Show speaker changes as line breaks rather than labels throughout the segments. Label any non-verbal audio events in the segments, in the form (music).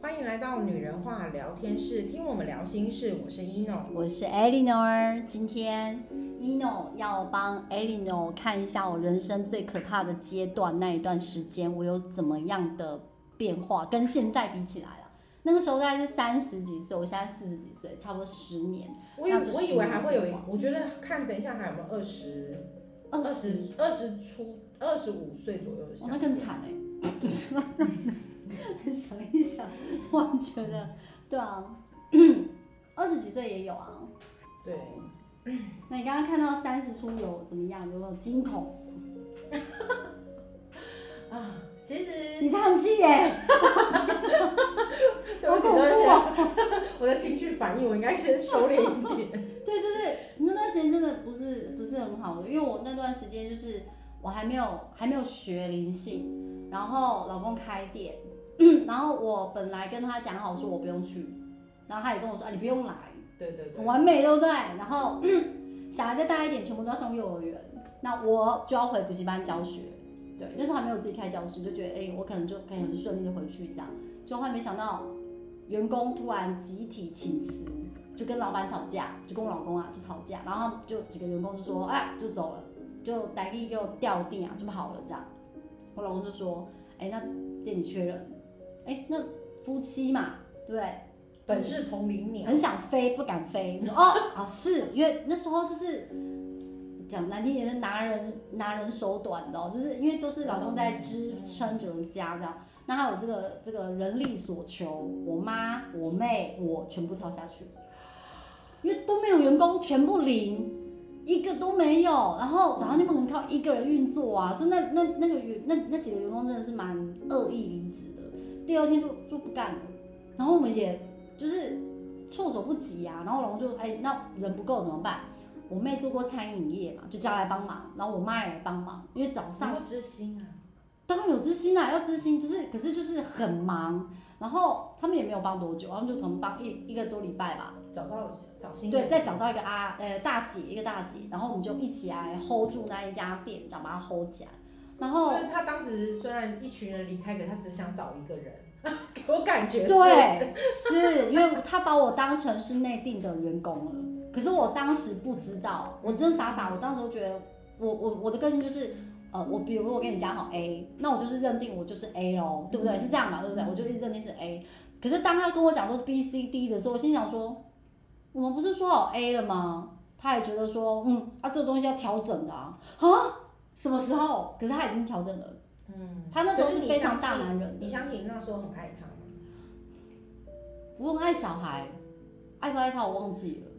欢迎来到女人话聊天室，听我们聊心事。我是 ino，
我是 Eleanor。今天 ino 要帮 Eleanor 看一下我人生最可怕的阶段那一段时间，我有怎么样的变化，跟现在比起来了。那个时候大概是三十几岁，我现在四十几岁，差不多十年。
我以
那就
我
是
以为还会有
一个，
我觉得看等一下还有没有二十、
二十，
十、二十出、二十五岁左右的
哇
相，片。
那更惨哎、 (laughs) 想一想，突然觉得，对啊， (clears throat) 二十几岁也有啊。
对，
那你刚刚看到三十出有怎么样？有没有惊恐？
啊，其实
你叹气耶！
对不起，
好恐怖啊
对不起， (laughs) 我的情绪反应我应该先收敛一
(laughs)
点。
对，就是那段时间真的不是不是很好的，因为我那段时间就是我还没有还没有学灵性，然后老公开店， (clears throat) 然后我本来跟他讲好说我不用去，然后他也跟我说啊你不用来，
对对对嗯
很，完美对不对？然后嗯小孩再大一点，全部都要上幼儿园，那我就要回补习班教学。对，那时候还没有自己开教室，就觉得哎、我可能就可以很顺利的回去这样。就后来没想到，员工突然集体请辞，就跟老板吵架，就跟我老公啊就吵架，然后他们就几个员工就说哎、就走了，就来地又掉店啊就跑了这样。我老公就说哎、那店里缺人，哎、那夫妻嘛对不对？
本是同龄鸟，
很想飞不敢飞。你说哦，啊是因为那时候就是讲难听点，就是拿人拿人手短的、哦，就是因为都是老公在支撑着家这样。那还有这个这个人力所求，我妈、我妹、我全部跳下去，因为都没有员工，全部零，一个都没有。然后早上店不可能靠一个人运作啊，所以那那那个员那那几个员工真的是蛮恶意离职的。第二天就就不干了，然后我们也就是措手不及啊。然后我老公就哎、那人不够怎么办？我妹做过餐饮业嘛，就叫她来帮忙，然后我妈也来帮忙，因为早上
不知心啊。
当然有知心啦，要知心，就是可是就是很忙，然后他们也没有帮多久，他们就可能帮一一个多礼拜吧。
找到找新
对，再找到一个啊呃大姐一个大姐，然后我们就一起来 hold 住那一家店，这样把它 hold 起来。然后
就是他当时虽然一群人离开，可他只想找一个人， (laughs) 给我感觉是
对，是因为他把我当成是内定的员工了，可是我当时不知道，我真傻傻，我当时就觉得我我我的个性就是。呃，我比如我跟你讲好 A，那我就是认定我就是 A 咯，对不对？
嗯
是这样嘛，对不对？我就一直认定是 A。可是当他跟我讲都是 B、C、D 的时候，我心想说，我们不是说好 A 了吗？他也觉得说，嗯，啊，这个东西要调整的啊，啊，什么时候？可是他已经调整了，
嗯，
他那时候
可是
是
你
非常
相
大
信
男人的
你相信你那时候很爱他吗？
我很爱小孩，爱不爱他我忘记了。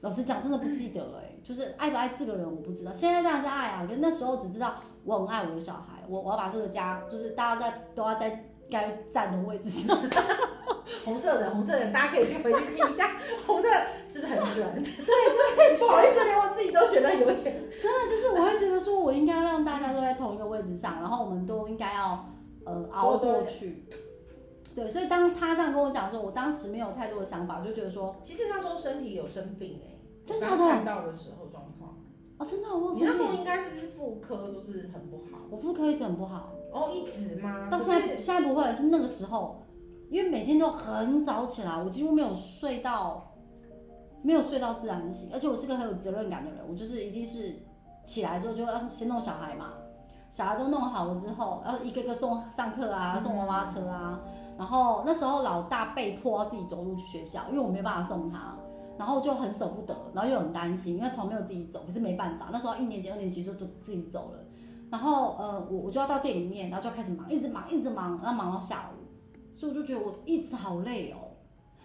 老实讲，真的不记得了、欸，就是爱不爱这个人我不知道。现在当然是爱啊，可是那时候只知道我很爱我的小孩，我我要把这个家，就是大家在都要在该站的位置上。
红色的，红色的，大家可以去回去听一下， (laughs) 红色的是不是很 (laughs) 准？
对
不好意思，连我自己都觉得有点。
真的就是我会觉得说，我应该要让大家都在同一个位置上，然后我们都应该要呃熬过去。对，所以当他这样跟我讲的时候，我当时没有太多的想法，就觉得说，
其实那时候身体有生病哎、
真的
我
假
刚
的？
看到的时候状况，
哦，真的，我有
你那
生
时候
病，
应该是不是妇科就是很不好？
我妇科一直很不好。
哦，一直吗？
到
可
现
是
在现在不会了，是那个时候，因为每天都很早起来，我几乎没有睡到，没有睡到自然醒，而且我是个很有责任感的人，我就是一定是起来之后就要先弄小孩嘛，小孩都弄好了之后，然后一个个送上课啊，
嗯
送娃娃车啊，然后那时候老大被迫要自己走路去学校，因为我没办法送他。然后就很舍不得，然后又很担心，因为从没有自己走，可是没办法，那时候一年级、二年级就就自己走了。然后呃，我我就要到店里面，然后就开始忙，一直忙，一直忙，然后忙到下午，所以我就觉得我一直好累哦。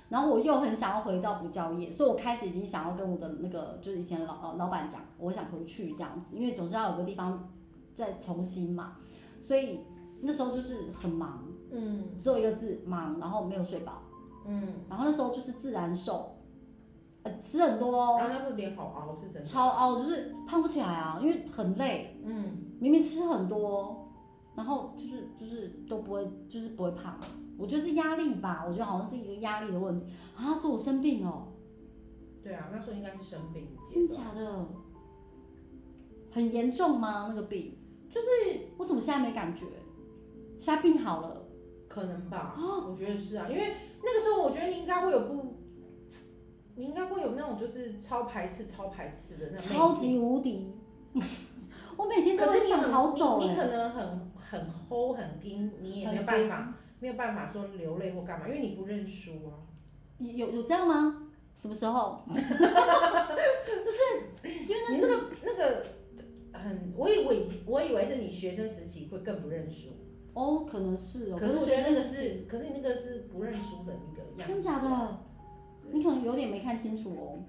然后我又很想要回到补教业，所以我开始已经想要跟我的那个就是以前的老呃老板讲，我想回去这样子，因为总是要有个地方再重新嘛。所以那时候就是很忙，
嗯
只有一个字忙，然后没有睡饱，
嗯，
然后那时候就是自然瘦，呃吃很多哦、
然后那时候脸好凹是真的，
超凹，就是胖不起来啊，因为很累。
嗯，
明明吃很多，然后就是就是都不会，就是不会胖。啊我觉得是压力吧，我觉得好像是一个压力的问题啊。说我生病哦，
对啊，那时候应该是生病阶
真
段，
假的？很严重吗？那个病？
就是
为什么现在没感觉？现在病好了，
可能吧，
哦
我觉得是啊，因为那个时候我觉得你应该会有不，你应该会有那种就是超排斥、超排斥的那种。
超级无敌。 (laughs) 我每天都
可是
很
你
想
很
逃走
你你
哎、
可能很很齁很拼，你也没有办法，没有办法说流泪或干嘛，因为你不认输啊。
有有这样吗？什么时候？就是因为那
你那个那个很，我以为我以为是你学生时期会更不认输，
哦，可能是哦，
可是我
我
觉得那个
是
是，啊可是你那个是不认输的那个样子。
真假的，你可能有点没看清楚哦，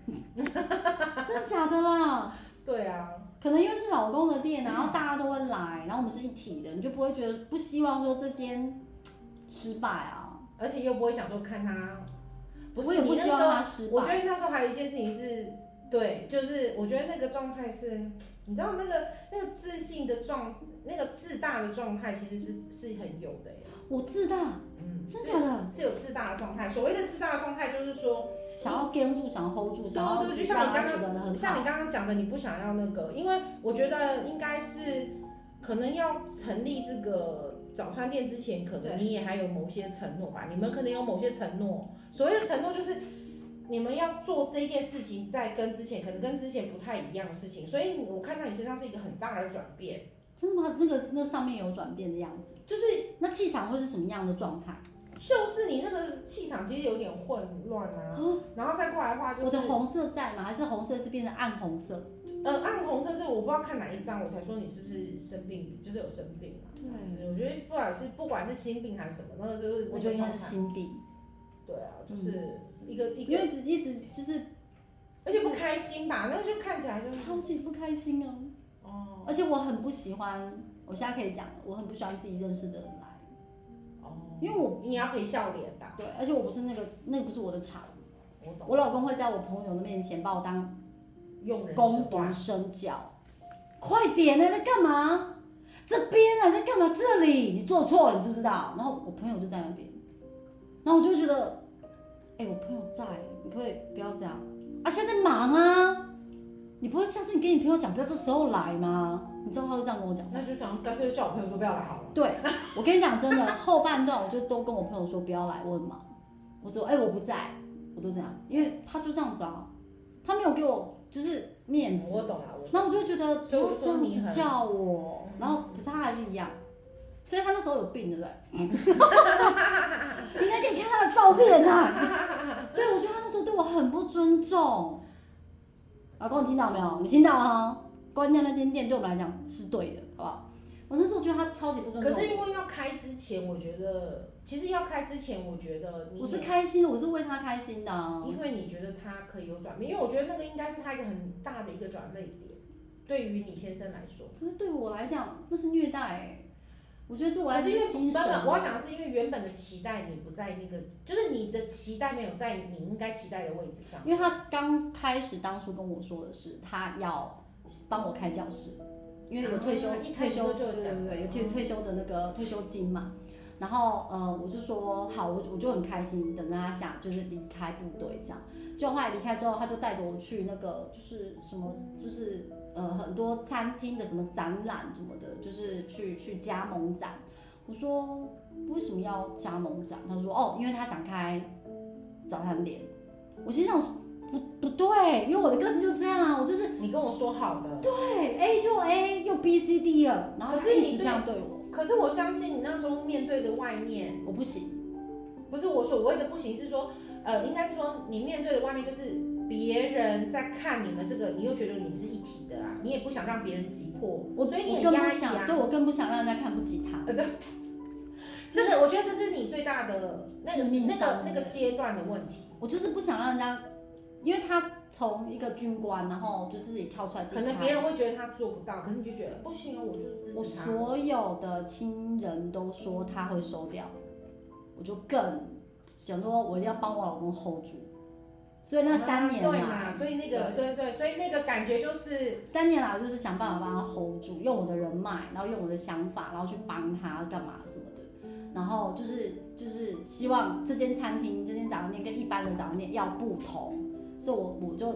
真假的啦，
对啊，
可能因为是老公的
嗯
店，然后大家都会来，然后我们是一体的，你就不会觉得不希望说这间失败啊，
而且又不会想说看他，不
我
是
也
你
不
那
希
时
望
候，
他失
我觉
败，
得那时候还有一件事情是。对，就是我觉得那个状态是，你知道那个那个自信的状，那个自大的状态其实是是很有的耶欸
我自大，
嗯，
真假的，
是有自大的状态。所谓的自大的状态，就是说，
想要跟住，想要 hold 住，
对啊
想要
对就像你
让他
刚
觉得很
像
嗯好，
你刚刚讲的，你不想要那个，因为我觉得应该是可能要成立这个早餐店之前，可
对
能你也还有某些承诺吧。你们可能有某些承诺，所谓的承诺就是。你们要做这件事情，在跟之前可能跟之前不太一样的事情，所以我看到你身上是一个很大的转变，
真的吗？那个那上面有转变的样子，
就是
那气场会是什么样的状态？
就是你那个气场其实有点混乱啊，然后再过来的话就
哦我
是
的红色在吗？还是红色是变成暗红色？
呃，暗红色是我不知道看哪一张，我才说你是不是生病，就是有生病啊。
对
这样子我觉得不管是不管是心病还是什么，那个就是
我觉得应该
那
是
个状态
心病，
对啊，就是一个、一
因
个，
为一直一直就是
而且不开心吧，那个就看起来就是
超级不开心啊！
哦
而且我很不喜欢，我现在可以讲了，我很不喜欢自己认识的人来，
哦，
因为我
你要陪笑脸吧，
对，而且我不是那个那个不是我的场，
我懂，
我老公会在我朋友的面前把我当
用人
攻
手
读生教，快点啊呢、在干嘛？这边啊，在干嘛？这里你做错了，你知不知道？然后我朋友就在那边，然后我就会觉得，哎、我朋友在，你可不可以不要这样？啊，现在在忙啊，你不会下次你跟你朋友讲不要这时候来吗？你知道他会这样跟我讲话。
那就想干脆叫我朋友都不要来好了。
对，我跟你讲真的， (laughs) 后半段我就都跟我朋友说不要来，我很忙。我说哎、我不在，我都这样，因为他就这样子啊，他没有给我就是面子，
我懂了，我懂
那我就会觉得不
所以我
要这
说
样
你
子
很嗯
叫我，然后可是他还是一样，所以他那时候有病
(laughs)
对不对？你应该可以看他的照片啊。 (laughs) 对，我觉得他那时候对我很不尊重。老公，你听到没有？你听到啊？关掉那间店对我们来讲是对的，好不好？我那时候觉得他超级不尊重
可
我。
是因为要开之前，我觉得其实要开之前，我觉得你
我是
也
开心的，我是为他开心的、啊。
因为你觉得他可以有转变，因为我觉得那个应该是他一个很大的一个转捩点，对于你先生来说。
可是对我来讲，那是虐待、欸。我觉得对我来
可
讲
是因为
精神啊
当。然我要讲的是，因为原本的期待你不在那个，就是你的期待没有在你应该期待的位置上。
因为他刚开始当初跟我说的是，他要帮我开教室，因为有退休、
啊一开
退
始
休
就有
对对
讲
对，有
嗯
退退休的那个退休金嘛。然后呃，我就说好，我我就很开心，等着他下就是离开部队这样。就后来离开之后，他就带着我去那个就是什么就是呃很多餐厅的什么展览什么的，就是去去加盟展。我说为什么要加盟展？他说哦，因为他想开早餐店。我心想不不对，因为我的个性就这样啊，我就是
你跟我说好的，
对 A 就 A，又 B C D 了，然后
可
他
是
一
你
直
对
这样对我，
可是我相信你那时候面对的外面，
我不行。
不是我所谓的不行，是说，呃，应该是说你面对的外面就是别人在看你们这个，你又觉得你们是一体的啊，你也不想让别人击破，
我
所以你
我
很
更
压
不
抑啊
想，。对我更不想让人家看不起他。
这个我觉得这是你最大的那个
致命
那
伤
个那个阶段的问题，
我就是不想让人家，因为他从一个军官，然后就自己跳出来自
可
己
能
开
别人会觉得他做不到，可是你就觉得不行哦，我就是支
我
持他。
所有的亲人都说他会收掉，我就更想说我一定要帮我老公 hold 住。所以那三年
啊对
来
嘛，所以那个对对，所以那个感觉就是
三年来，我就是想办法帮他 hold 住，用我的人脉，然后用我的想法，然后去帮他干嘛什么的，然后就是就是希望这间餐厅、这间早餐店跟一般的早餐店要不同，所以我我就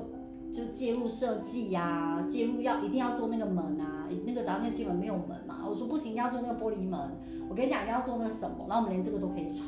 就介入设计呀、介入要一定要做那个门啊，那个早餐店基本没有门嘛，我说不行，一定要做那个玻璃门，我跟你讲你要做那个什么，然后我们连这个都可以吵。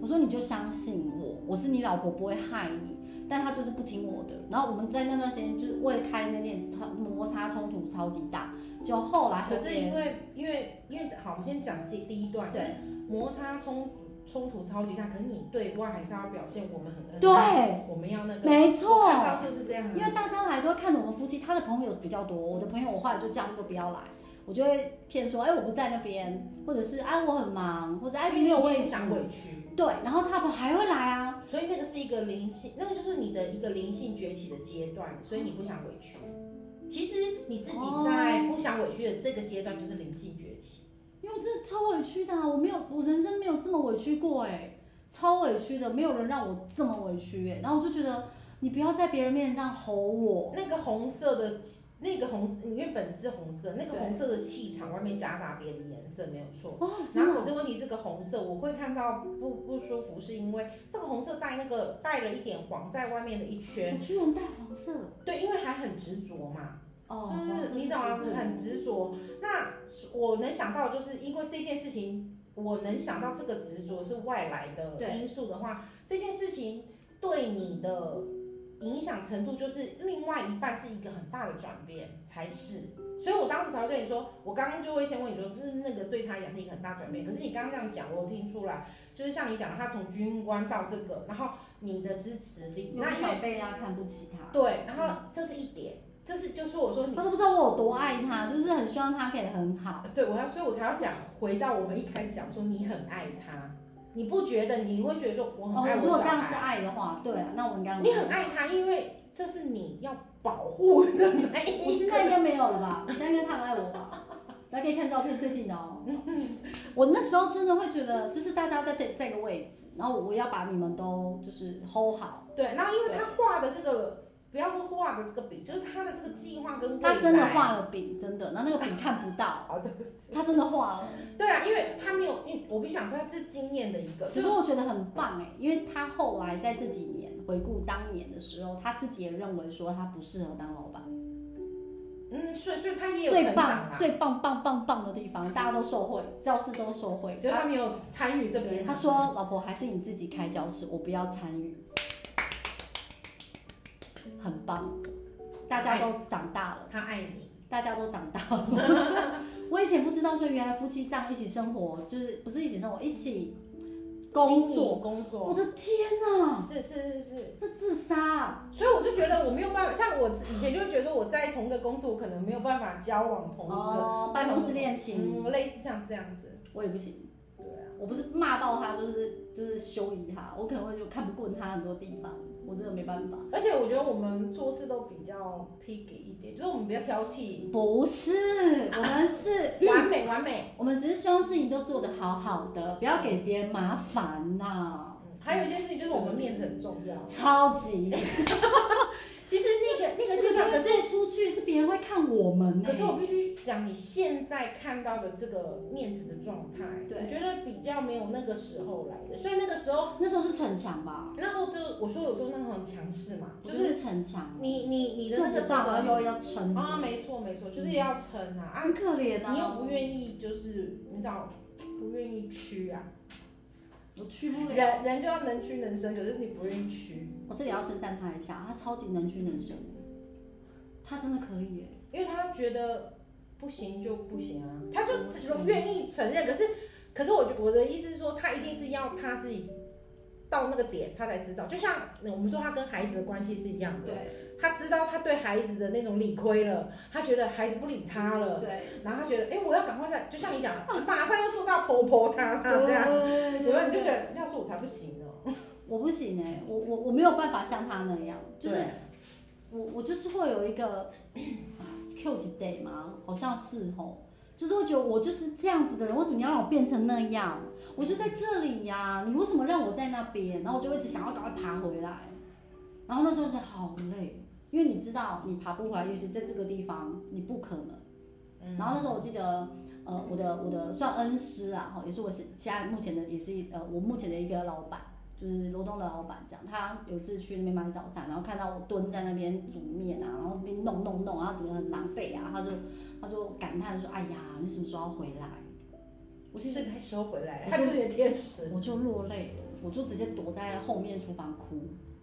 我说你就相信我，我是你老婆，不会害你。但他就是不听我的。然后我们在那段时间就是为了开那店吵摩擦冲突超级大，就后来
可
后
是
面
因为因为因为好，我们先讲这第一段，
对
就是摩擦冲冲突超级大，可是你对外还是要表现我们很恩爱，
对，
我们要那个，
没
我
错，
看到就是这样
因为
啊，
大家来都会看着我们夫妻，他的朋友比较多，我的朋友我后来就叫他们都不要来，我就会骗说，哎、我不在那边，或者是哎、我很忙，或者哎、
因
没
为
有
你已经
位
不
置，
想委屈，
对，然后他们还会来啊，
所以那个是一个灵性，那个就是你的一个灵性崛起的阶段，所以你不想委屈。其实你自己在不想委屈的这个阶段，就是灵性崛起。
因为我真的超委屈的啊、我没有，我人生没有这么委屈过哎、超委屈的，没有人让我这么委屈哎、然后我就觉得你不要在别人面前这样吼我，
那个红色的气，那个红，因为本质是红色，那个
对
红色的气场外面夹杂别的颜色，没有错。
哦，
然
真
后
的
可是问题，这个红色我会看到不不舒服，是因为这个红色带那个带了一点黄在外面的一圈
我，居然戴黄色，
对，因为还很执着嘛。
哦，黄
就
色
是你懂吗？
自制
很执着。那我能想到，就是因为这件事情，我能想到这个执着是外来的
对
因素的话，这件事情对你的影响程度，就是另外一半是一个很大的转变，才是。所以我当时才会跟你说，我刚刚就会先问你说，是那个对他来讲是一个很大转变。可是你刚刚这样讲，我有听出来，就是像你讲的，他从军官到这个，然后你的支持力，
有
那因为
小贝拉看不起他。
对，然后这是一点，这是就是我说你
他都不知道我有多爱他，就是很希望他可以很好。
对，我要，所以我才要讲，回到我们一开始讲说，你很爱他，你不觉得你会觉得说我很
哦
爱，
如
我
果
小
这样是
孩，
爱的话，对啊，那我应该
你很爱他，因为这是你要保护的那一
我现
个
在应该没有了吧？我现在应该太爱我吧？大家可以看照片，最近
(laughs)
的哦。我那时候真的会觉得，就是大家在在一个位置，然后我要把你们都就是 hold 好。
对，然后因为他画的这个，不要说画的这个笔，就是他的这个计划跟未来
他真的画了饼，真的，然后那个饼看不
(laughs)
到，
好的，
他真的画了。
对啊，因为他没有，因为我必须讲，这是经验的一个，
可
所以
是我觉得很棒哎，因为他后来在这几年回顾当年的时候，他自己也认为说他不适合当老板。
嗯，所以所以他也有
最
成长
棒、
啊，
最棒、棒棒棒的地方，大家都受惠，教室都受惠。
就是他没有参与这边，
他说：“老婆，还是你自己开教室，我不要参与。”很棒，大家都长大了，
他爱你，
大家都长大了。我以前不知道，说原来夫妻这样一起生活，就是不是一起生活，一起工
经
作。
营工作，
我的天哪、
是是是是。
这自杀啊、
所以我就觉得我没有办法，像我以前就会觉得说我在同一个公司，我可能没有办法交往同一个，
哦，办公室恋情，
嗯，类似像这样子，
我也不行。
对啊，
我不是骂爆他，就是就是修理他，我可能会就看不惯他很多地方，我真的没办法。
而且我觉得我们做事都比较 picky 一点，就是我们比较挑剔，
不是，我们是， (laughs)
完美完美。
我们只是希望事情都做得好好的，不要给别人麻烦呐、
嗯还有一件事情就是我们面子很重要，
超级，
其实那个那哎个
这
阶
个
段，
东
可
西
是
做出去是别人会看我们、欸，
可是我必须讲，你现在看到的这个面子的状态，
对
我觉得比较没有那个时候来的，所以那个时候
那时候是逞强吧，
那时候就我说我说那很强势嘛，
我
就
就是是逞强，
你你你的
做
那
不
个
到
时候
然后又要撑着，
啊，没错没错，就是要撑啊啊！
很可怜啊，
你又不愿意，就是你知道，不愿意屈啊。
我去不了，
人人就要能屈能伸，可是你不愿意屈，
我这里要称赞他一下，他超级能屈能伸欸，他真的可以耶、
因为他觉得不行就不行啊，他
嗯
就只愿意承认。可是，可是我觉我的意思是说，他一定是要他自己到那个点，他才知道。就像我们说，他跟孩子的关系是一样的，
对。
他知道他对孩子的那种理亏了，他觉得孩子不理他了，
对，
然后他觉得，哎、我要赶快在，就像你讲，马上要做到婆婆她她这样，
对
有没有？你就觉得要是我才不行呢。哦
我不行哎、我我我没有办法像他那样，就是
对
我我就是会有一个啊 Q 几 day 嘛，好像是哦，就是会觉得我就是这样子的人，为什么你要让我变成那样？我就在这里呀、你为什么让我在那边？然后我就一直想要赶快爬回来，然后那时候是好累，因为你知道你爬不回来，尤其在这个地方你不可能。
嗯
然后那时候我记得，呃，我的我的算恩师啊，哈，也是我现现在目前的也是一呃我目前的一个老板，就是罗东的老板这样。他有一次去那边买早餐，然后看到我蹲在那边煮面啊，然后那边弄弄弄，然后整个很狼狈啊，他就他就感叹说：“哎呀，你什么时候要回来？”我就
这个还收回来，
我
他
就
就是你的天使。
我就落泪了，我就直接躲在后面厨房哭，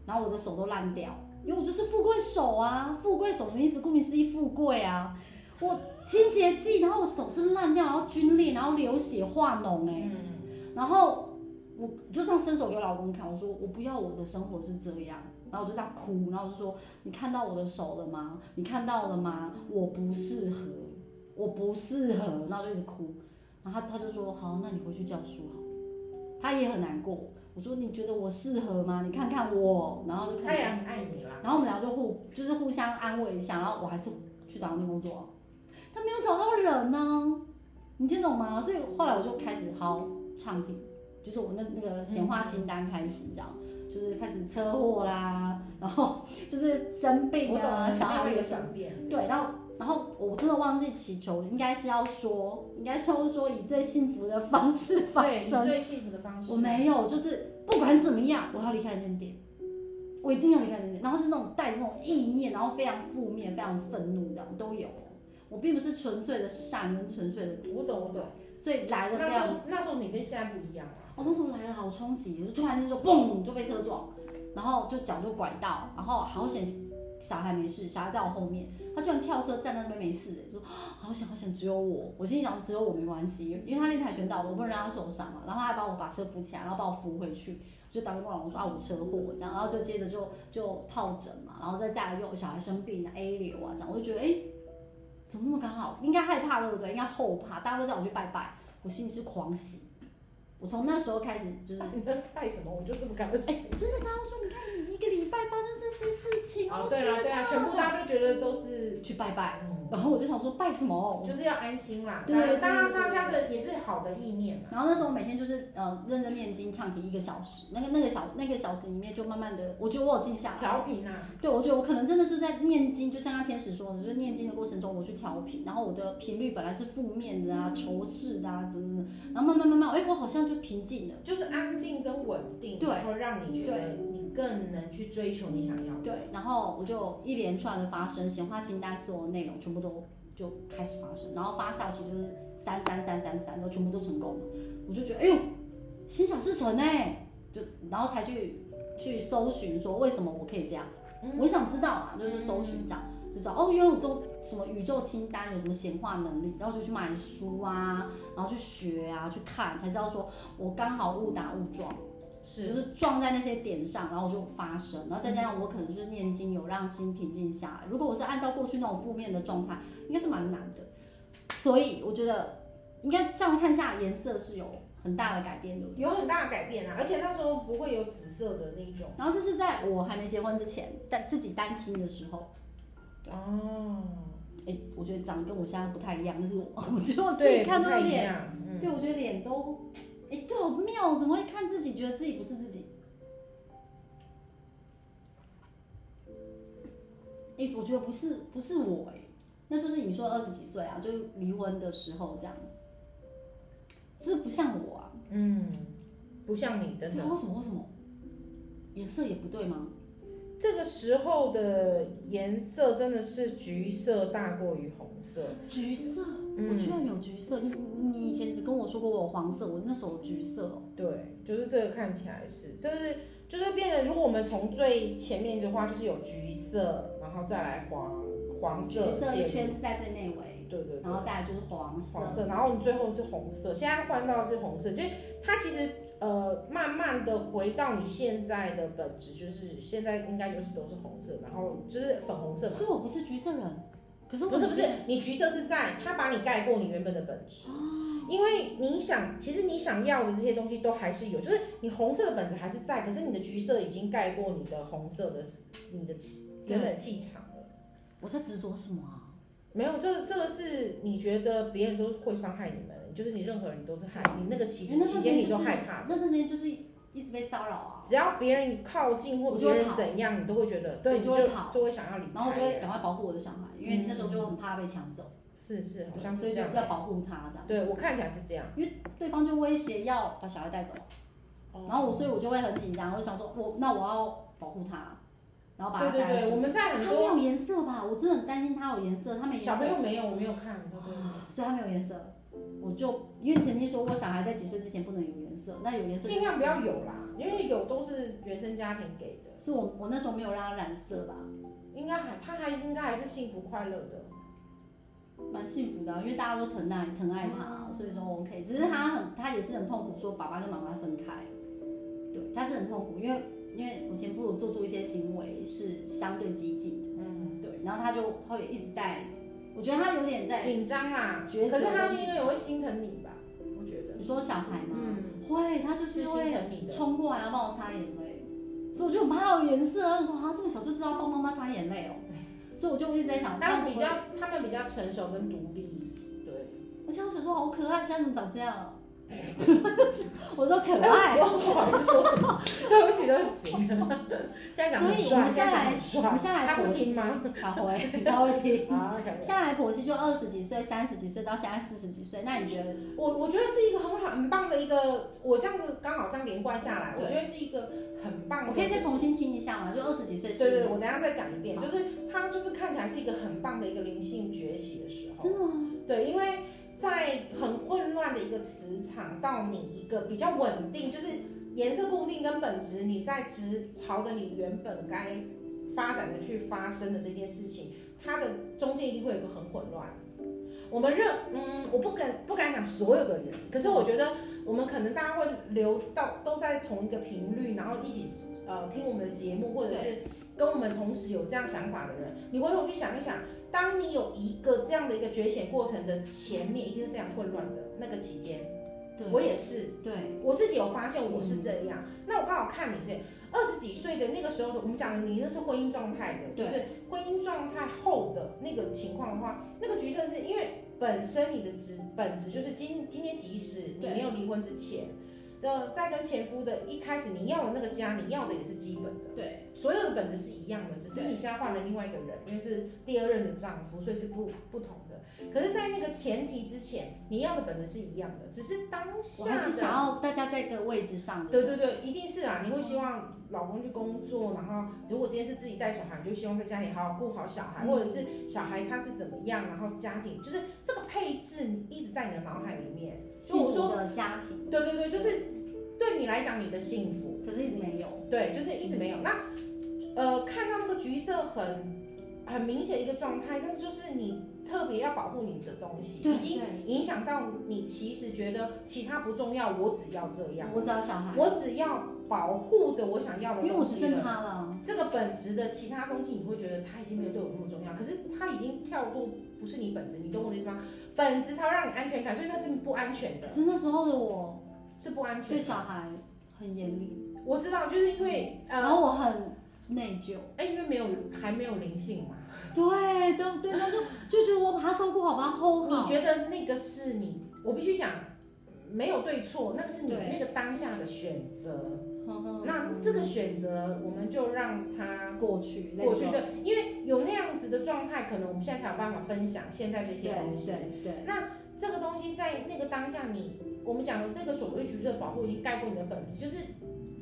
然后我的手都烂掉，因为我就是富贵手啊，富贵手什么意思？顾名思义，富贵啊。我清洁剂，然后我手是烂掉，然后皲裂，然后流血化脓哎、
嗯，
然后我就这样伸手给我老公看，我说我不要我的生活是这样，然后我就这样哭，然后我就说你看到我的手了吗？你看到了吗？我不适合，我不适合，然后就一直哭，然后他他就说好，那你回去教书好了，他也很难过。我说你觉得我适合吗？你看看我，然后就看
他也很爱你啦。
然后我们俩就互就是互相安慰一下，然后我还是去找那工作，他没有找到人呢、你听懂吗？所以后来我就开始好唱听，就是我那那个闲话清单开始，这样、就是开始车祸啦，然后就是生病
我懂
啊，
了，
小孩
那
也
个
生
转变，
对，然后然后我真的忘记祈求，应该是要说，应该是要说以最幸福的方式发
对
生
你。最幸福的方式。
我没有，就是不管怎么样，我要离开那间店，我一定要离开那间店。然后是那种带着那种意念，然后非常负面、非常愤怒这样都有。我并不是纯粹的善跟纯粹的，
我懂，我懂。
所以来的非
那时
常，哦
候那时候你跟现在不一样啊。 (laughs)
我那时候来的好冲击，我就突然间就嘣就被车撞，然后就脚就拐到，然后好险小孩没事，小孩在我后面，他居然跳车站在那边没事、欸，说好险好险只有我，我心里想只有我没关系，因为他练跆拳道的，我不能让他受伤嘛，然后他还帮我把车扶起来，然后把我扶回去，我就打电话老公说啊我车祸这样，然后就接着就就疱疹嘛，然后再再来就小孩生病啊 A 流啊这样，我就觉得哎、欸怎么那么刚好，应该害怕对不对？应该后怕，大家都叫我去拜拜，我心里是狂喜，我从那时候开始就是
你在
哎
拜什么？我就这么感觉。
真的，大家说你看你一个礼拜发生这些事情，
哦，对了，对啊，全部大家都觉得都是，
去拜拜，
嗯，
然后我就想说拜什么？
就是要安心啦。
对对对
当然
对对
大家的也是好的意念啊。
然后那时候每天就是呃认真念经唱题一个小时，那个那个小那个小时里面就慢慢的，我觉得我有静下来。
调频啊，
对，我觉得我可能真的是在念经，就像刚天使说的，就是念经的过程中我去调频，然后我的频率本来是负面的啊、仇视的啊，怎么怎么，然后慢慢慢慢，哎，我好像就平静了。
就是安定跟稳定，
对
然后让你觉得你更能去追求你想要的。
对，然后我就一连串的发生，显化清单所有内容全部都就开始发生，然后发酵期就是三三三三三，都全部都成功了，我就觉得哎呦，心想事成哎、就然后才去去搜寻说为什么我可以这样，
嗯，
我想知道啊，就是搜寻这样。就知道哦，因为我做什么宇宙清单，有什么显化能力，然后就去买书啊，然后去学啊，去看，才知道说我刚好误打误撞。就是是撞在那些点上，然后我就发生，然后再加上我可能就是念经有让心平静下来。如果我是按照过去那种负面的状态，应该是蛮难的。所以我觉得应该这样看下来，颜色是有很大的改变的。
有很大的改变啊，而且那时候不会有紫色的那种。
然后这是在我还没结婚之前，但自己单亲的时候，
哦，
哎、我觉得长得跟我现在不太一样，就是我， (laughs) 我觉得我自己
对，
看
不
到
太一
脸，
样。嗯，
对我觉得脸都，哎、这好妙，怎么会看自己觉得自己不是自己？哎、我觉得不是不是我哎、那就是你说二十几岁啊，就是离婚的时候这样，是不是不像我啊？
嗯，不像你真
对
的
啊，。为什么为什么？颜色也不对吗？
这个时候的颜色真的是橘色大过于红色，
橘色，
嗯
我居然有橘色，你你以前只跟我说过我有黄色，我那时候有橘色哦、
对，就是这个看起来是，就是就是变得，如果我们从最前面的话，就是有橘色，然后再来黄黄
橘
色
色
介
一
入
圈是在最内围，
对对
然
对，
后再来就是黄色，
黄色，然后你最后是红色，现在换到的是红色，就是它其实呃慢慢的回到你现在的本质，就是现在应该就是都是红色，然后就是粉红色嘛。
所以我不是橘色人，可是我
不是不是，你橘色是在它把你盖过你原本的本质，
哦
因为你想，其实你想要的这些东西都还是有，就是你红色的本质还是在，可是你的橘色已经盖过你的红色的你的气原本的气场了。
我在执着什么啊？
没有，这这个是你觉得别人都会伤害你们，就是你任何人都是害你那个期
因为那
期
段时
间
间
你
就
都
是
害怕，
那段时间就是一直被骚扰啊，
只要别人靠近或
我
别
就会
人
跑
怎样，你都会觉得对，
我
你
就会跑
就会想要离开。
然后我就会赶快保护我的小孩，因为那时候就很怕被抢走，
是是，好像
对所
是
以
这
就
样。
要保护他这样。
对我看起来是这样，
对方就威胁要把小孩带走，哦然后我所以我就会很紧张，我就想说我那我要保护他，然后把
对
他
对
带来
对，我们在
他
很
没
多
有颜色吧？我真的很担心他有颜色，他没颜哦
小朋
色，
友没有，我没有看，会不会
所以他没有颜色。我就因为曾经说过，小孩在几岁之前不能有原色，那有颜色
尽量不要有啦，因为有都是原生家庭给的，
是我我那时候没有让他染色吧，
应该还他还应该还是幸福快乐的。
蛮幸福的啊、因为大家都疼爱疼爱他，所以说
嗯
OK。只是他很他也是很痛苦，说爸爸跟妈妈分开，对，他是很痛苦，因为因为我前夫有做出一些行为是相对激进的，
嗯，
对，然后他就会一直在，我觉得他有点在，
紧张啦，
抉择
可是他应该也会心疼你吧？我觉得，
你说小孩吗？
嗯，
会，他就是
是
会
心疼你的。
冲过来要帮我擦眼泪，所以我就很怕有颜色，他就说啊，这么小就知道帮妈妈擦眼泪哦，所以我就一直在想，
他
会
们
不
比
会，
较，他们比较成熟跟独立，对。
而且我想说好可爱，现在怎么长这样啊？ (laughs) 我说可爱
哎，我不好意思说什
(laughs)
么，对不起，对不起。 (laughs) 现在讲很
所以我
帅，
们
现在讲很
我们
帅，
下来
他会
剖
听
析， (laughs)
吗？
他会，他会听。
啊，可以
下来剖析就二十几岁、三十几岁到现在四十几岁，那你觉得
我我觉得是一个很好很棒的一个，我这样子刚好这样连贯下来，我
对
觉得是一个很棒的。
我可以再重新听一下吗？就二十几岁
对对对，
是
我等一下再讲一遍，
好
就是他就是看起来是一个很棒的一个灵性崛起的时候。
真的吗？
对，因为在很混乱的一个磁场，到你一个比较稳定，就是颜色固定跟本质，你在直朝着你原本该发展的去发生的这件事情，它的中间一定会有一个很混乱。我们认，嗯，我不敢不敢讲所有的人，可是我觉得我们可能大家会留到都在同一个频率，然后一起呃听我们的节目，或者是跟我们同时有这样想法的人，你回头去想一想，当你有一个这样的一个觉醒过程的前面，一定是非常混乱的那个期间。我
对
也是，
对，
我自己有发现我是这样。
嗯
那我刚好看你这二十几岁的那个时候的，我们讲的你那是婚姻状态的，
对
就是婚姻状态后的那个情况的话，那个局限是因为本身你的职本质就是今今天即使你
对
没有离婚之前的，在跟前夫的一开始你要的那个家，你要的也是基本的。
对
所有的本质是一样的，只是你现在换了另外一个人，因为是第二任的丈夫，所以是不不同的。可是，在那个前提之前，你要的本质是一样的，只是当
我
下
还是想
的。
要大家在一个位置上，
对对对，一定是啊！你会希望老公去工作，然后如果今天是自己带小孩，你就希望在家里好好顾好小孩，
嗯
或者是小孩他是怎么样，然后家庭就是这个配置一直在你的脑海里面。
幸福的家庭，
对对对，就是对你来讲你的幸福，
可是一直没有，
对，就是一直没有。那呃，看到那个橘色很很明显一个状态，那就是你特别要保护你的东西，
对
已经
对，
影响到你。其实觉得其他不重要，我只要这样，
我只要小孩，
我只要保护着我想要的
因为我
东
只
西
剩
了。
他了，啊
这个本质的其他东西，你会觉得它已经没有对我那么重要，可是它已经跳入不是你本质，你懂我的意思吗？本质才会让你安全感，所以那是不安全
可
的，
是那时候的我
是不安全
对
的。
小孩很严厉，
我知道，就是因为
然
呃，
后我很内疚，
哎，因为没有还没有灵性嘛，
对对对，那就就觉得我把他照顾好，把他 hold
你
好，
觉得那个是你，我必须讲，没有对错，那是你
对嗯
那个当下的选择。
哼哼
那这个选择，我们就让它
过去
过去
那种
的，因为有那样子的状态，可能我们现在才有办法分享现在这些东西。
对对对
这个东西在那个当下你，我们讲的这个所谓橘色保护已经盖过你的本质，就是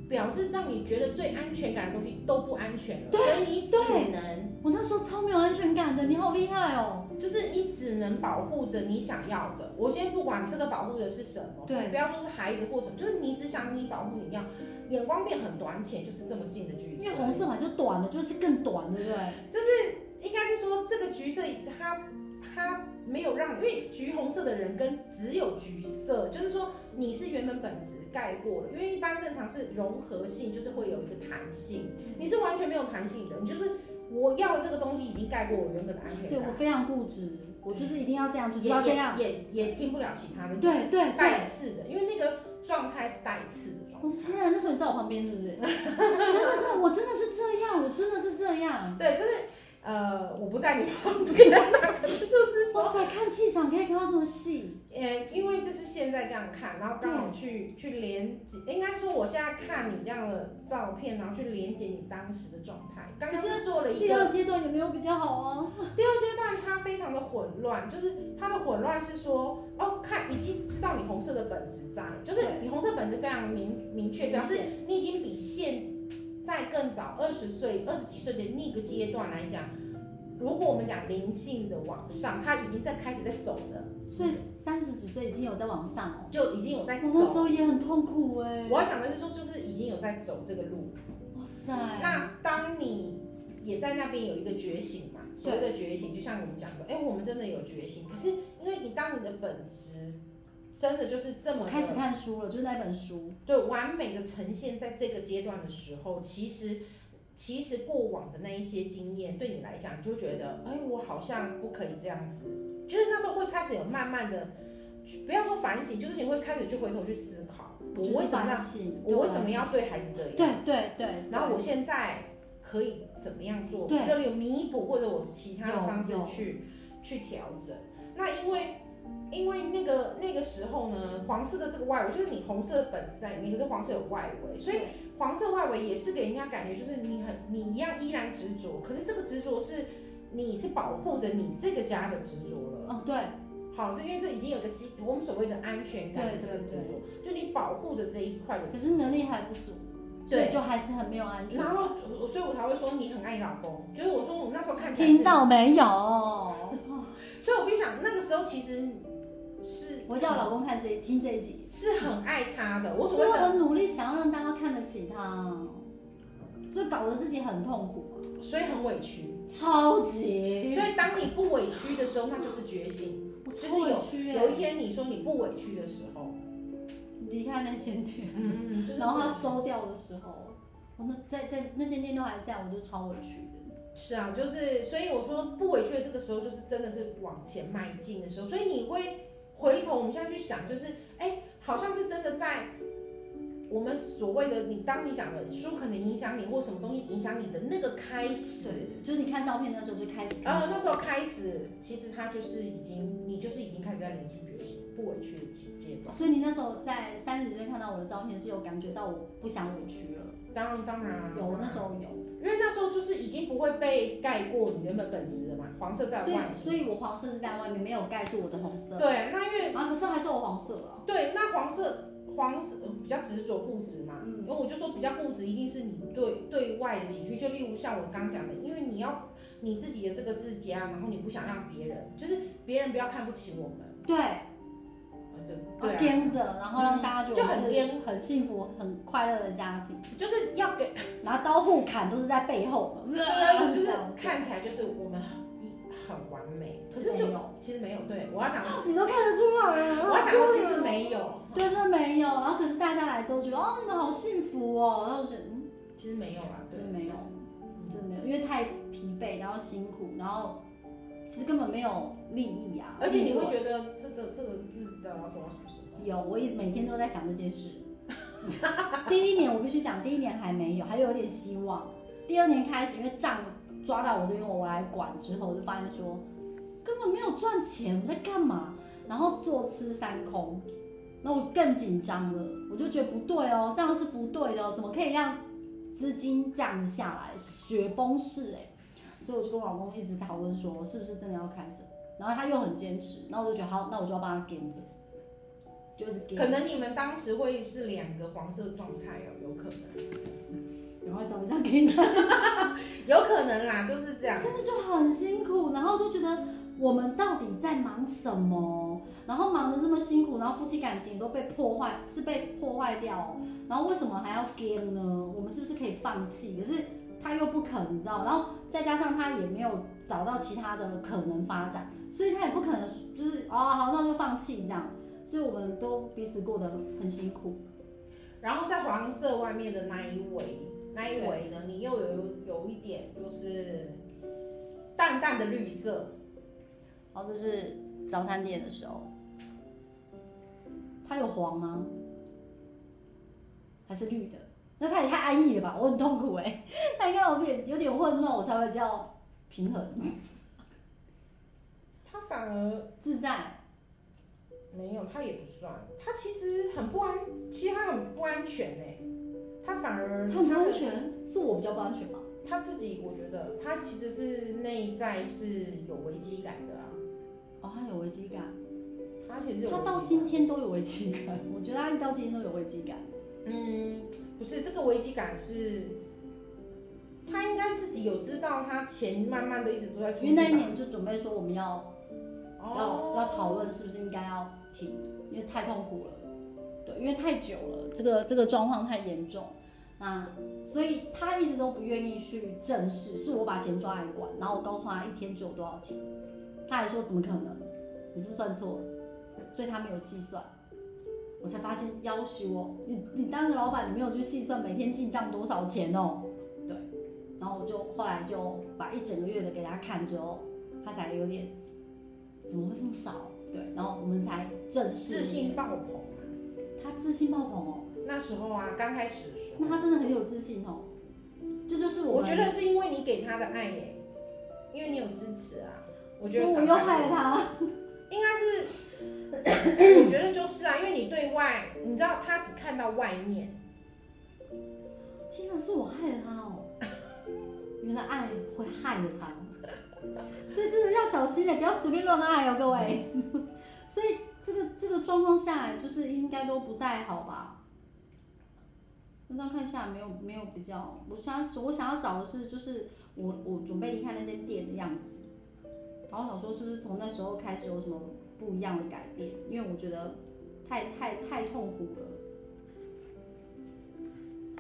表示让你觉得最安全感的东西都不安全了，所以你只
对
能
我那时候超没有安全感的，你好厉害哦，
就是你只能保护着你想要的。我今天不管这个保护的是什么，
对
不要说是孩子或什么，就是你只想你保护你要，眼光变很短浅，就是这么近的距离。
因为红色嘛就短了，就是更短，对不对？
应该是说这个橘色它它没有让，因为橘红色的人跟只有橘色，就是说你是原本本质盖过了，因为一般正常是融合性，就是会有一个弹性，
嗯
你是完全没有弹性的，你就是我要的这个东西已经盖过我原本的安全
对我
感，
非常固执，我就是一定要这样，就是要这样，
也也也也听不了其他的，
对对
带
对。
刺的，因为那个状态是带刺的状
我
态。
天啊！那时候你在我旁边是 (laughs) 不是？真的是，我真的是这样，我真的是这样。
对，就是呃，我不在你旁边，可能就是说
哇塞，看气场可以看到这么细，
呃，因为这是现在这样看，然后刚好去去连接，应该说我现在看你这样的照片，然后去连接你当时的状态。刚刚是做了一
第
个
二阶段有没有比较好啊？
第二阶段，它非常的混乱，就是它的混乱是说，哦，看已经知道你红色的本质在，就是
对
你红色本质非常明明确，啊表示你已经比现在更早二十岁、二十几岁的那个阶段来讲，如果我们讲灵性的往上，它已经在开始在走的。
所以三十几岁已经有在往上哦。
就已经有在
我
走。
那时候也很痛苦哎、
我要讲的是说，就是已经有在走这个路。
哇塞，
那当你也在那边有一个觉醒嘛，所谓的觉醒，就像我们讲的，哎、我们真的有觉醒。可是因为你当你的本质真的就是这么
开始
的
看书了，就是那本书。
对完美的呈现在这个阶段的时候，其实其实过往的那一些经验对你来讲，你就觉得，哎、我好像不可以这样子。就是那时候会开始有慢慢的，不要说反省，就是你会开始去回头去思考，
就
我
是
为什么
反
那，
省
我为什么？要对孩子这样？
对对对。
然后我现在可以怎么样做？
对
要有弥补或者我其他的方式
有有
去去调整。那因为因为那个那个时候呢，黄色的这个外围就是你红色的本子在里面，可是黄色有外围，所以
对
黄色外围也是给人家感觉就是你很你一样依然执着，可是这个执着是你是保护着你这个家的执着了。
哦对
好，这因为这已经有个基，我们所谓的安全感的
对
这个
对
执着，就你保护着这一块的
可
执着。
是能力还不足，所
对
以就还是很没有安全
然
感。
后，所以我才会说你很爱你老公。就是我说我那时候看起来是
听，到没有？
所以我必须讲，那个时候其实是
我叫我老公看这一听这一集，
是很爱他的。我所
所以
谓
我
的，
很努力想要让大家看得起他，所以搞得自己很痛苦，啊
所以很委屈。
超级
所，以当你不委屈的时候，那就是决心。
我
就是
超委屈欸
有一
耶。
天你说你不委屈的时候，
离开那间店，
嗯，就是
然后他收掉的时候，我那在在那间店都还在，我就超委屈的。
是啊，就是所以我说不委屈的这个时候，就是真的是往前迈进的时候。所以你会回头，我们现在去想，就是哎、好像是真的在我们所谓的你，当你讲的书可能影响你，或什么东西影响你的那个开始，
对，就是你看照片那时候就开始看
呃，
书，
那时候开始，其实他就是已经，你就是已经开始在灵性觉醒、不委屈的阶阶段。
所以你那时候在三十岁看到我的照片，是有感觉到我不想委屈了，
当然，当然啊，
有那时候有，
因为那时候就是已经不会被盖过你原本本质了嘛，黄色在
所
外
以所
面。
以我黄色是在外面没有盖住我的红色，
对，那因为
啊，可是还是有黄色啊，
对，那黄色黄色呃比较执着固执嘛，
嗯
因为我就说比较固执，一定是你对对外的情绪，就例如像我刚讲的，因为你要你自己的这个自家，然后你不想让别人，就是别人不要看不起我们，
对。
呃对
啊
对、啊，
颠着，然后让大家觉得
就很
是
颠
很幸福、很快乐的家庭，
就是要给，
拿刀互砍都是在背后嘛，
对，啊就是
这样
看起来就是我们一很完美，可
其
是
实
就
没有，
其实没有，对我要讲的是，
你都看得出来啊，
我要讲的其实
对
没有，
对，真的没有。然后可是大家来都觉得哦，你们好幸福哦，然后我觉得嗯，
其实没有啦，对
真的没有，
嗯
嗯真的没有，因为太疲惫，然后辛苦，然后其实根本没有利益啊，
而且你
利
会
润
觉得这个这个日子到底要过到什么时候？
有，我一每天都在想这件事。第一年我必须讲，第一年还没有，还有一点希望。第二年开始，因为账抓到我这边，我来管之后，我就发现说根本没有赚钱，我在干嘛？然后坐吃山空，那我更紧张了，我就觉得不对哦，这样是不对的哦、怎么可以让资金这样子下来，雪崩式哎、所以我就跟我老公一直讨论说，是不是真的要开始？然后他又很坚持，然后我就觉得好，那我就要帮他跟着，就一直跟着
可能你们当时会是两个黄色状态哦，有可能，
然后长这样给你看，
有可能啦，就是这样。
真的就很辛苦，然后就觉得我们到底在忙什么？然后忙得这么辛苦，然后夫妻感情也都被破坏，是被破坏掉哦、然后为什么还要 g 呢？我们是不是可以放弃？可是他又不肯，你知道？然后再加上他也没有找到其他的可能发展，所以他也不可能就是哦好，那我就放弃这样。所以我们都彼此过得很辛苦，
然后在黄色外面的那一围，那一围呢，你又有有一点就是淡淡的绿色，
然后这是早餐店的时候，它有黄吗？还是绿的？那它也太安逸了吧，我很痛苦哎、欸。 (laughs) 它应该有点有点混乱，我才会比较平衡
它反而
自在。
没有，它也不算，它其实很不安，其实它很不安全呢、欸它反而
它很不
它
安
的
全，是我比较不安全吧？
它自己，我觉得它其实是内在是有危机感的啊，
哦，它有危机感，
它其实有
它到
危机
今
感
天都有危机感，我觉得它一直到今天都有危机感。
嗯，不是这个危机感是，他应该自己有知道，他钱慢慢的一直都在出
因为那一
去吧。
年就准备说我们要
哦
要要讨论是不是应该要停，因为太痛苦了，对，因为太久了，这个这个状况太严重，那所以他一直都不愿意去正视，是我把钱抓来管，然后我告诉他一天只有多少钱，他还说怎么可能，你是不是算错了？所以他没有细算，我才发现要求哦，你你当个老板，你没有去细算每天进账多少钱哦，对，然后我就后来就把一整个月的给他看之后，他才有点。怎么会这么少？对，然后我们才正式
自信爆棚啊。
他自信爆棚哦，
那时候啊，刚开始的时
那
候，
他真的很有自信哦。这就是我
我
们
觉得是因为你给他的爱耶，因为你有支持啊。我觉得
所以我
刚
又
开始
害了他，
应该是， (clears throat) 我觉得就是啊，因为你对外，你知道他只看到外面，
天哪，是我害了他哦。 (laughs) 原来爱会害了他，所以真的要小心点，不要随便乱爱哦，各位。 (laughs) 所以这个这个状况下来，就是应该都不太好吧？那这样看下来没有没有比较，我想我想要找的是，就是我我准备离开那间店的样子。然后想说，是不是从那时候开始有什么不一样的改变？因为我觉得太太太痛苦了。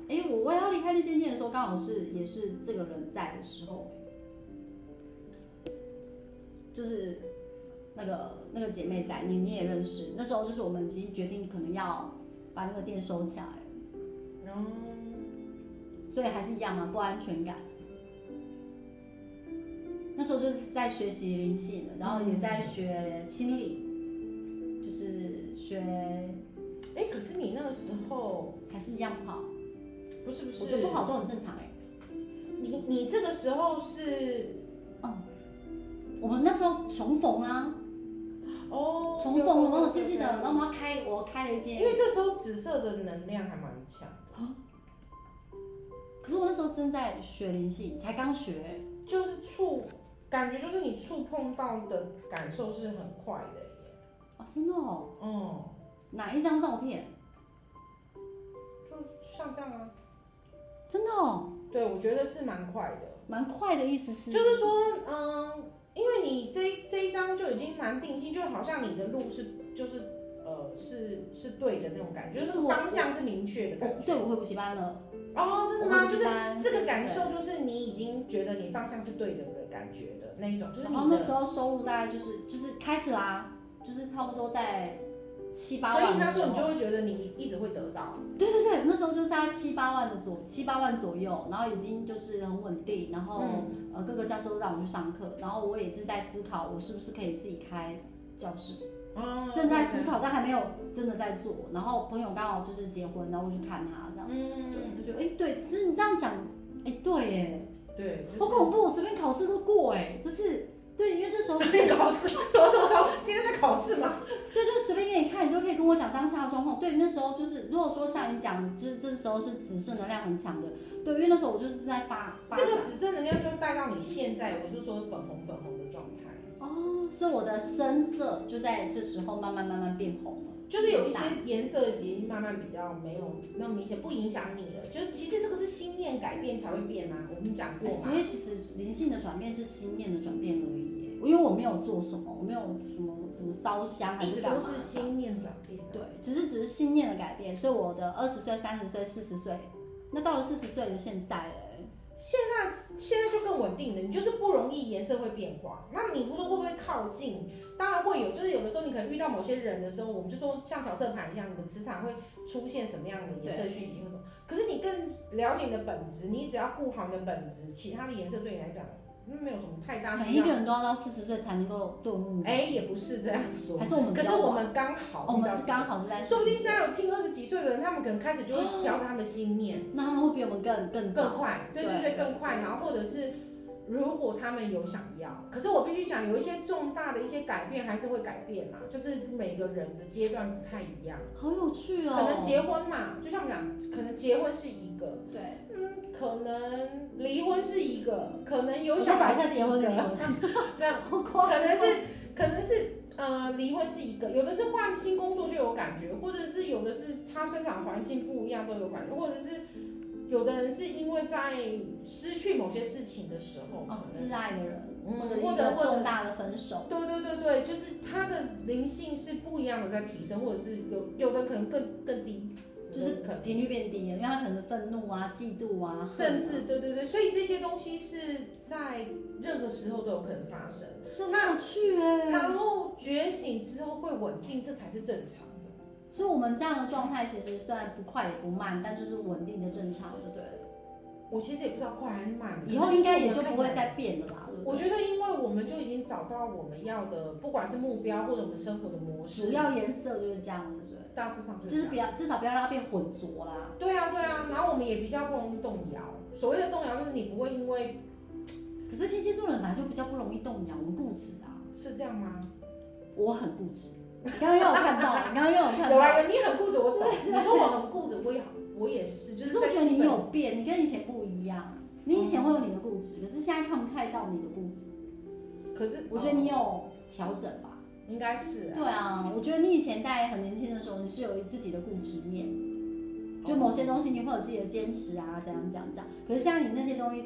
哎，我我要离开那间店的时候，刚好是也是这个人在的时候，就是那个那个姐妹在，你你也认识。那时候就是我们已经决定可能要把那个店收起来了，
嗯，
所以还是一样嘛，不安全感。那时候就是在学习灵性了，然后也在学清理，就是学
哎、可是你那个时候
还是一样不好，
不是不
我觉得
是
不，好都很正常哎、
你你这个时候是
我们那时候重逢啊啦、
哦，
重逢了吗？我记不
对
记得？
对
然后我们要开，我开了一
对
间
因，为这时候紫色的能量还蛮强，
可是我那时候正在学灵性，才刚学，
就是触，感觉就是你触碰到的感受是很快的耶，
哦，真的哦，
嗯，
哪一张照片？
就像这样啊，
真的哦，
对，我觉得是蛮快的。
蛮快的意思是，
就是说，嗯，因为你这这一张就已经蛮定性，就好像你的路是就是呃是是对的那种感觉，就
就是
是
我
方向是明确的感
我
觉。
对我回补习班了，
哦，真的吗？
我回
就
补习
是
班
这个感。受，就是你已经觉得你方向是对的的感觉的那一种，就
对
是
然后
你
那
的。
时候收入大概就是就是开始啦，就是差不多在七八
所以
万的
那时
时
候你
候，
就会觉得你一直会得到，
对对对，那时候就是在七八万的左七八万左右，然后已经就是很稳定，然后、
嗯，
呃各个教授都让我去上课，然后我也是在思考我是不是可以自己开教室。
哦
正在思，考，但还没有真的在做。然后朋友刚好就是结婚，然后我去看他这样，
嗯，
对，就觉得哎、诶对，其实你这样讲，哎、对耶，
对，就是
好恐怖，我随便考试都过哎，就是对，因为这时候就是 (laughs)
考试，什 (laughs) 么什么什么，今天在考试吗？
对，就是随便给你看，你都可以跟我讲当下的状况。对，那时候就是如果说像你讲，就是这时候是紫色能量很强的，对，因为那时候我就是在发发
这
展
个紫色能量就带到你现在，我就说粉红粉红的状态。
哦，所以我的深色就在这时候慢慢慢慢变红了，
就是有一些颜色已经慢慢比较没有那么明显，不影响你了。就是其实这个是心念改变才会变啊，我们讲过
所
嘛。
以其实灵性的转变是心念的转变而已耶，因为我没有做什么，我没有什么什么烧香还
一
是
直
干
都
嘛
是
的。
心念转变、啊，
对，只是只是心念的改变，所以我的二十岁、三十岁、四十岁，那到了四十岁的现在哎耶，
现在就更稳定了。你就是不容易颜色会变化。那你说会不会靠近？当然会有，就是有的时候你可能遇到某些人的时候，我们就说像调色盘一样，你的磁场会出现什么样的颜色讯息或什么。可是你更了解你的本质，你只要顾好你的本质，其他的颜色对你来讲嗯没有什么太大
每
需
一个
要。
人都要到四十岁才能够顿悟，
哎、也不是这样说
还。是我们比
可
较
是我
晚
们刚
哦
好，
我
遇到
们是刚好是在
这个，说不定现在有听二十几岁的人，他们可能开始就会
(gasps)
调整他们的心念，
那他们会比我们更更早
更快，对对对，更快。然后或者是如果他们有想要，可是我必须讲，有一些重大的一些改变还是会改变嘛，就是每个人的阶段不太一样，
好有趣哦。
可能结婚嘛，就像我们讲，可能结婚是一个，
对，
可能离婚是一个，可能有
我
小
再找
孩
一下
是一
结婚的理
个，
由，
对， (laughs)
好夸
可
张，
能是可能是呃离婚是一个，有的是换新工作就有感觉，或者是有的是他生长环境不一样都有感觉，或者是有的人是因为在失去某些事情的时候，
哦，
可能
挚爱的人，
嗯
或者
或
一
者
个
或者
重大的分手，
对对对对，就是它的灵性是不一样的在提升，或者是有有的可能更更低，
就是
可能
频率变低了，因为他可能愤怒啊、嫉妒啊，
甚
恨
至对对对，所以这些东西是在任何时候都有可能发生。
啊所以很有趣哎、
然后觉醒之后会稳定，这才是正常的。
所以我们这样的状态其实虽然不快也不慢，但就是稳定的正常就对了。
我其实也不知道快还是慢，
以后应该也
可
就是
我
不
们看起来
会再变了吧？对不
我
对
觉得，因为我们就已经找到我们要的，不管是目标或者我们生活的模式，
主要颜色就是这样，对不对？
大致上就
就是是
这
不
样。
要，至少不要让它变混浊啦。
对啊，对啊，然后我们也比较不容易动摇。所谓的动摇，就是你不会因为
可是天蝎座人本来就比较不容易动摇，我们固执啊，
是这样吗？
我很固执。你刚刚让我看到，你刚刚让我看
有
到，
啊，有你很固执，我懂。你说我很固执，我也我也是，就是
只是我
在
觉得你
基本
有变，你跟以前不一样。你以前会有你的固
嗯
执，可是现在看不太到你的固
哦
执。
可是哦
我觉得你有调整吧。
应该是啊、
对啊，我觉得你以前在很年轻的时候，你是有自己的固执面，
哦
就某些东西你会有自己的坚持啊，怎样怎样怎样。可是像你那些东西，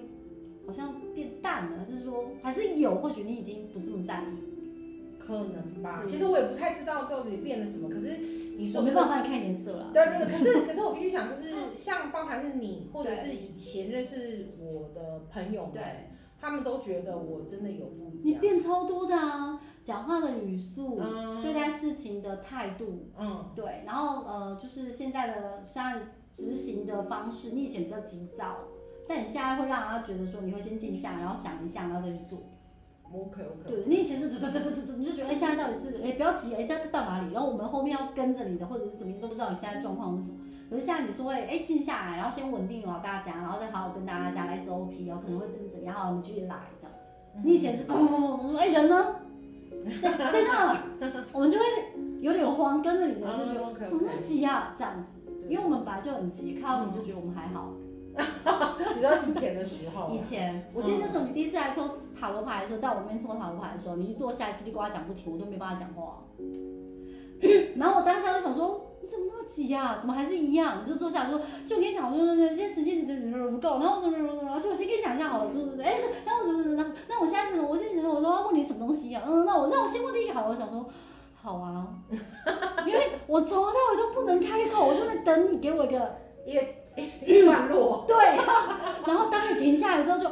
好像变淡了，还是说还是有？或许你已经不这么在意。
可能吧。
嗯
其实我也不太知道到底变了什么，可是你说
我没办法帮你看颜色了。
对对对，可
(laughs)
是可是我必须讲，就是像包含是你，或者
对
是以前认识我的朋友们，
对，
他们都觉得我真的有不一
你
样。
变超多的啊，讲话的语速，
嗯
对待事情的态度，
嗯，
对，然后呃，就是现在的现在执行的方式，你以前比较急躁，但你现在会让他觉得说你会先静下来，然后想一下，然后再去做。
OK OK，
对，你以前是嘚嘚嘚嘚嘚嘚，你就觉得哎、现在到底是哎、不要急，哎、在到哪里？然后我们后面要跟着你的，或者是怎么样，都不知道你现在状况是什么。可是现在你是会哎静、下来，然后先稳定好大家，然后再好好跟大家讲 SOP，然后可能会怎么怎么样，好，我们继续来这样。
嗯
你以前是砰砰砰砰砰，哎、人呢？在在那儿，我们就会有点慌，跟着你的就觉得、
嗯，OK，OK
怎么那么急啊这样子，因为
对
我们本来就很急，看到你就觉得我们还好。 (laughs)
你知道以前的时候
以，前，我记得那时候你第一次来抽塔罗牌的时候，在我面前抽塔罗牌的时候，你一坐下来叽里呱啦讲不停，我都没办法讲话。然后我当下就想说，你怎么那么急啊？怎么还是一样？你就坐下来说，就我跟你讲，我就现在时间时间不够，然后我怎么怎么怎么，而且我先跟你讲一下好了，就是哎，那我怎么怎么，那我现在是我现在我说要问你什么东西啊？嗯，那我那我先问第一个好了，我想说。好啊，因为我从头到尾都不能开口，我就在等你给我一个
一段落，
对， (laughs) 然后然后当你停下来之后就，哦，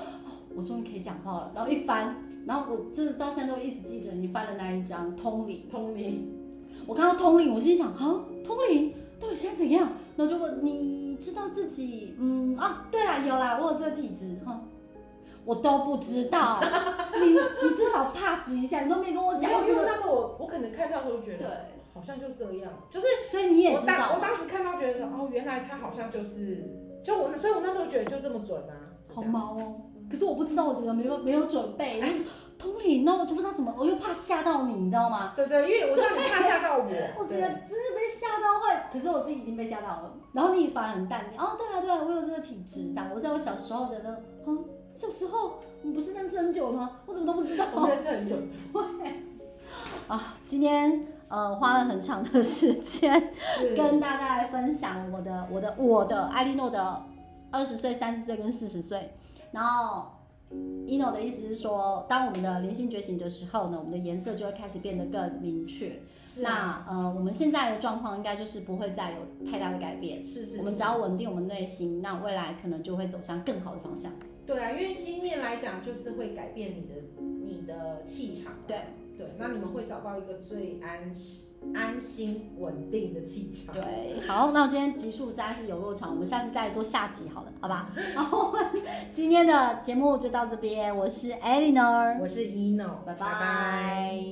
我终于可以讲话了。然后一翻，然后我真的到现在都一直记着你翻的那一张通灵。
通
(laughs)
灵，
我看到通灵，我心想啊，通灵到底现在怎样？然后就问你知道自己，嗯啊，对啦，有啦，我有这个体质哈。我都不知道， (laughs) 你你至少 pass 一下，你都没跟我
没
讲
有，因
这
为
个。
那时候我我可能看到的时候觉得
对，
好像就这样，就是
所以你也
我
知
当我
道，
当时看到觉得哦，原来他好像就是，就我所以我那时候觉得就这么准啊，就这
好
样
毛哦。可是我不知道，我整个没有没有准备，就是通灵，那我就不知道怎么，我又怕吓到你，你知道吗？
对对，因为我知道你怕吓到我，
(laughs) 我整
对
个真是被吓到会，可是我自己已经被吓到了。然后你反而很淡定，哦，对啊，对啊，我有这个体
嗯
质，这样。我在我小时候真的，嗯，小时候我们不是认识很久了吗？我怎么都不知道。
我们认识很久，
啊，今天呃花了很长的时间
(laughs) 是
跟大家来分享我的我的我的艾莉诺的二十岁、三十岁跟四十岁，然后。一诺的意思是说，当我们的灵性觉醒的时候呢，我们的颜色就会开始变得更明确。
是啊
那呃，我们现在的状况应该就是不会再有太大的改变。
是是，
我们
是
只要稳定我们内心，那未来可能就会走向更好的方向。
对啊，因为心念来讲就是会改变你的你的气场，
对
对，那你们会找到一个最安安心稳定的气场。
对，好，那我今天集数实在是有够长，我们下次再做下集好了，好吧？ (laughs) 然后我们今天的节目就到这边，我是 Eleanor，
我是 Eno，
拜
拜拜
拜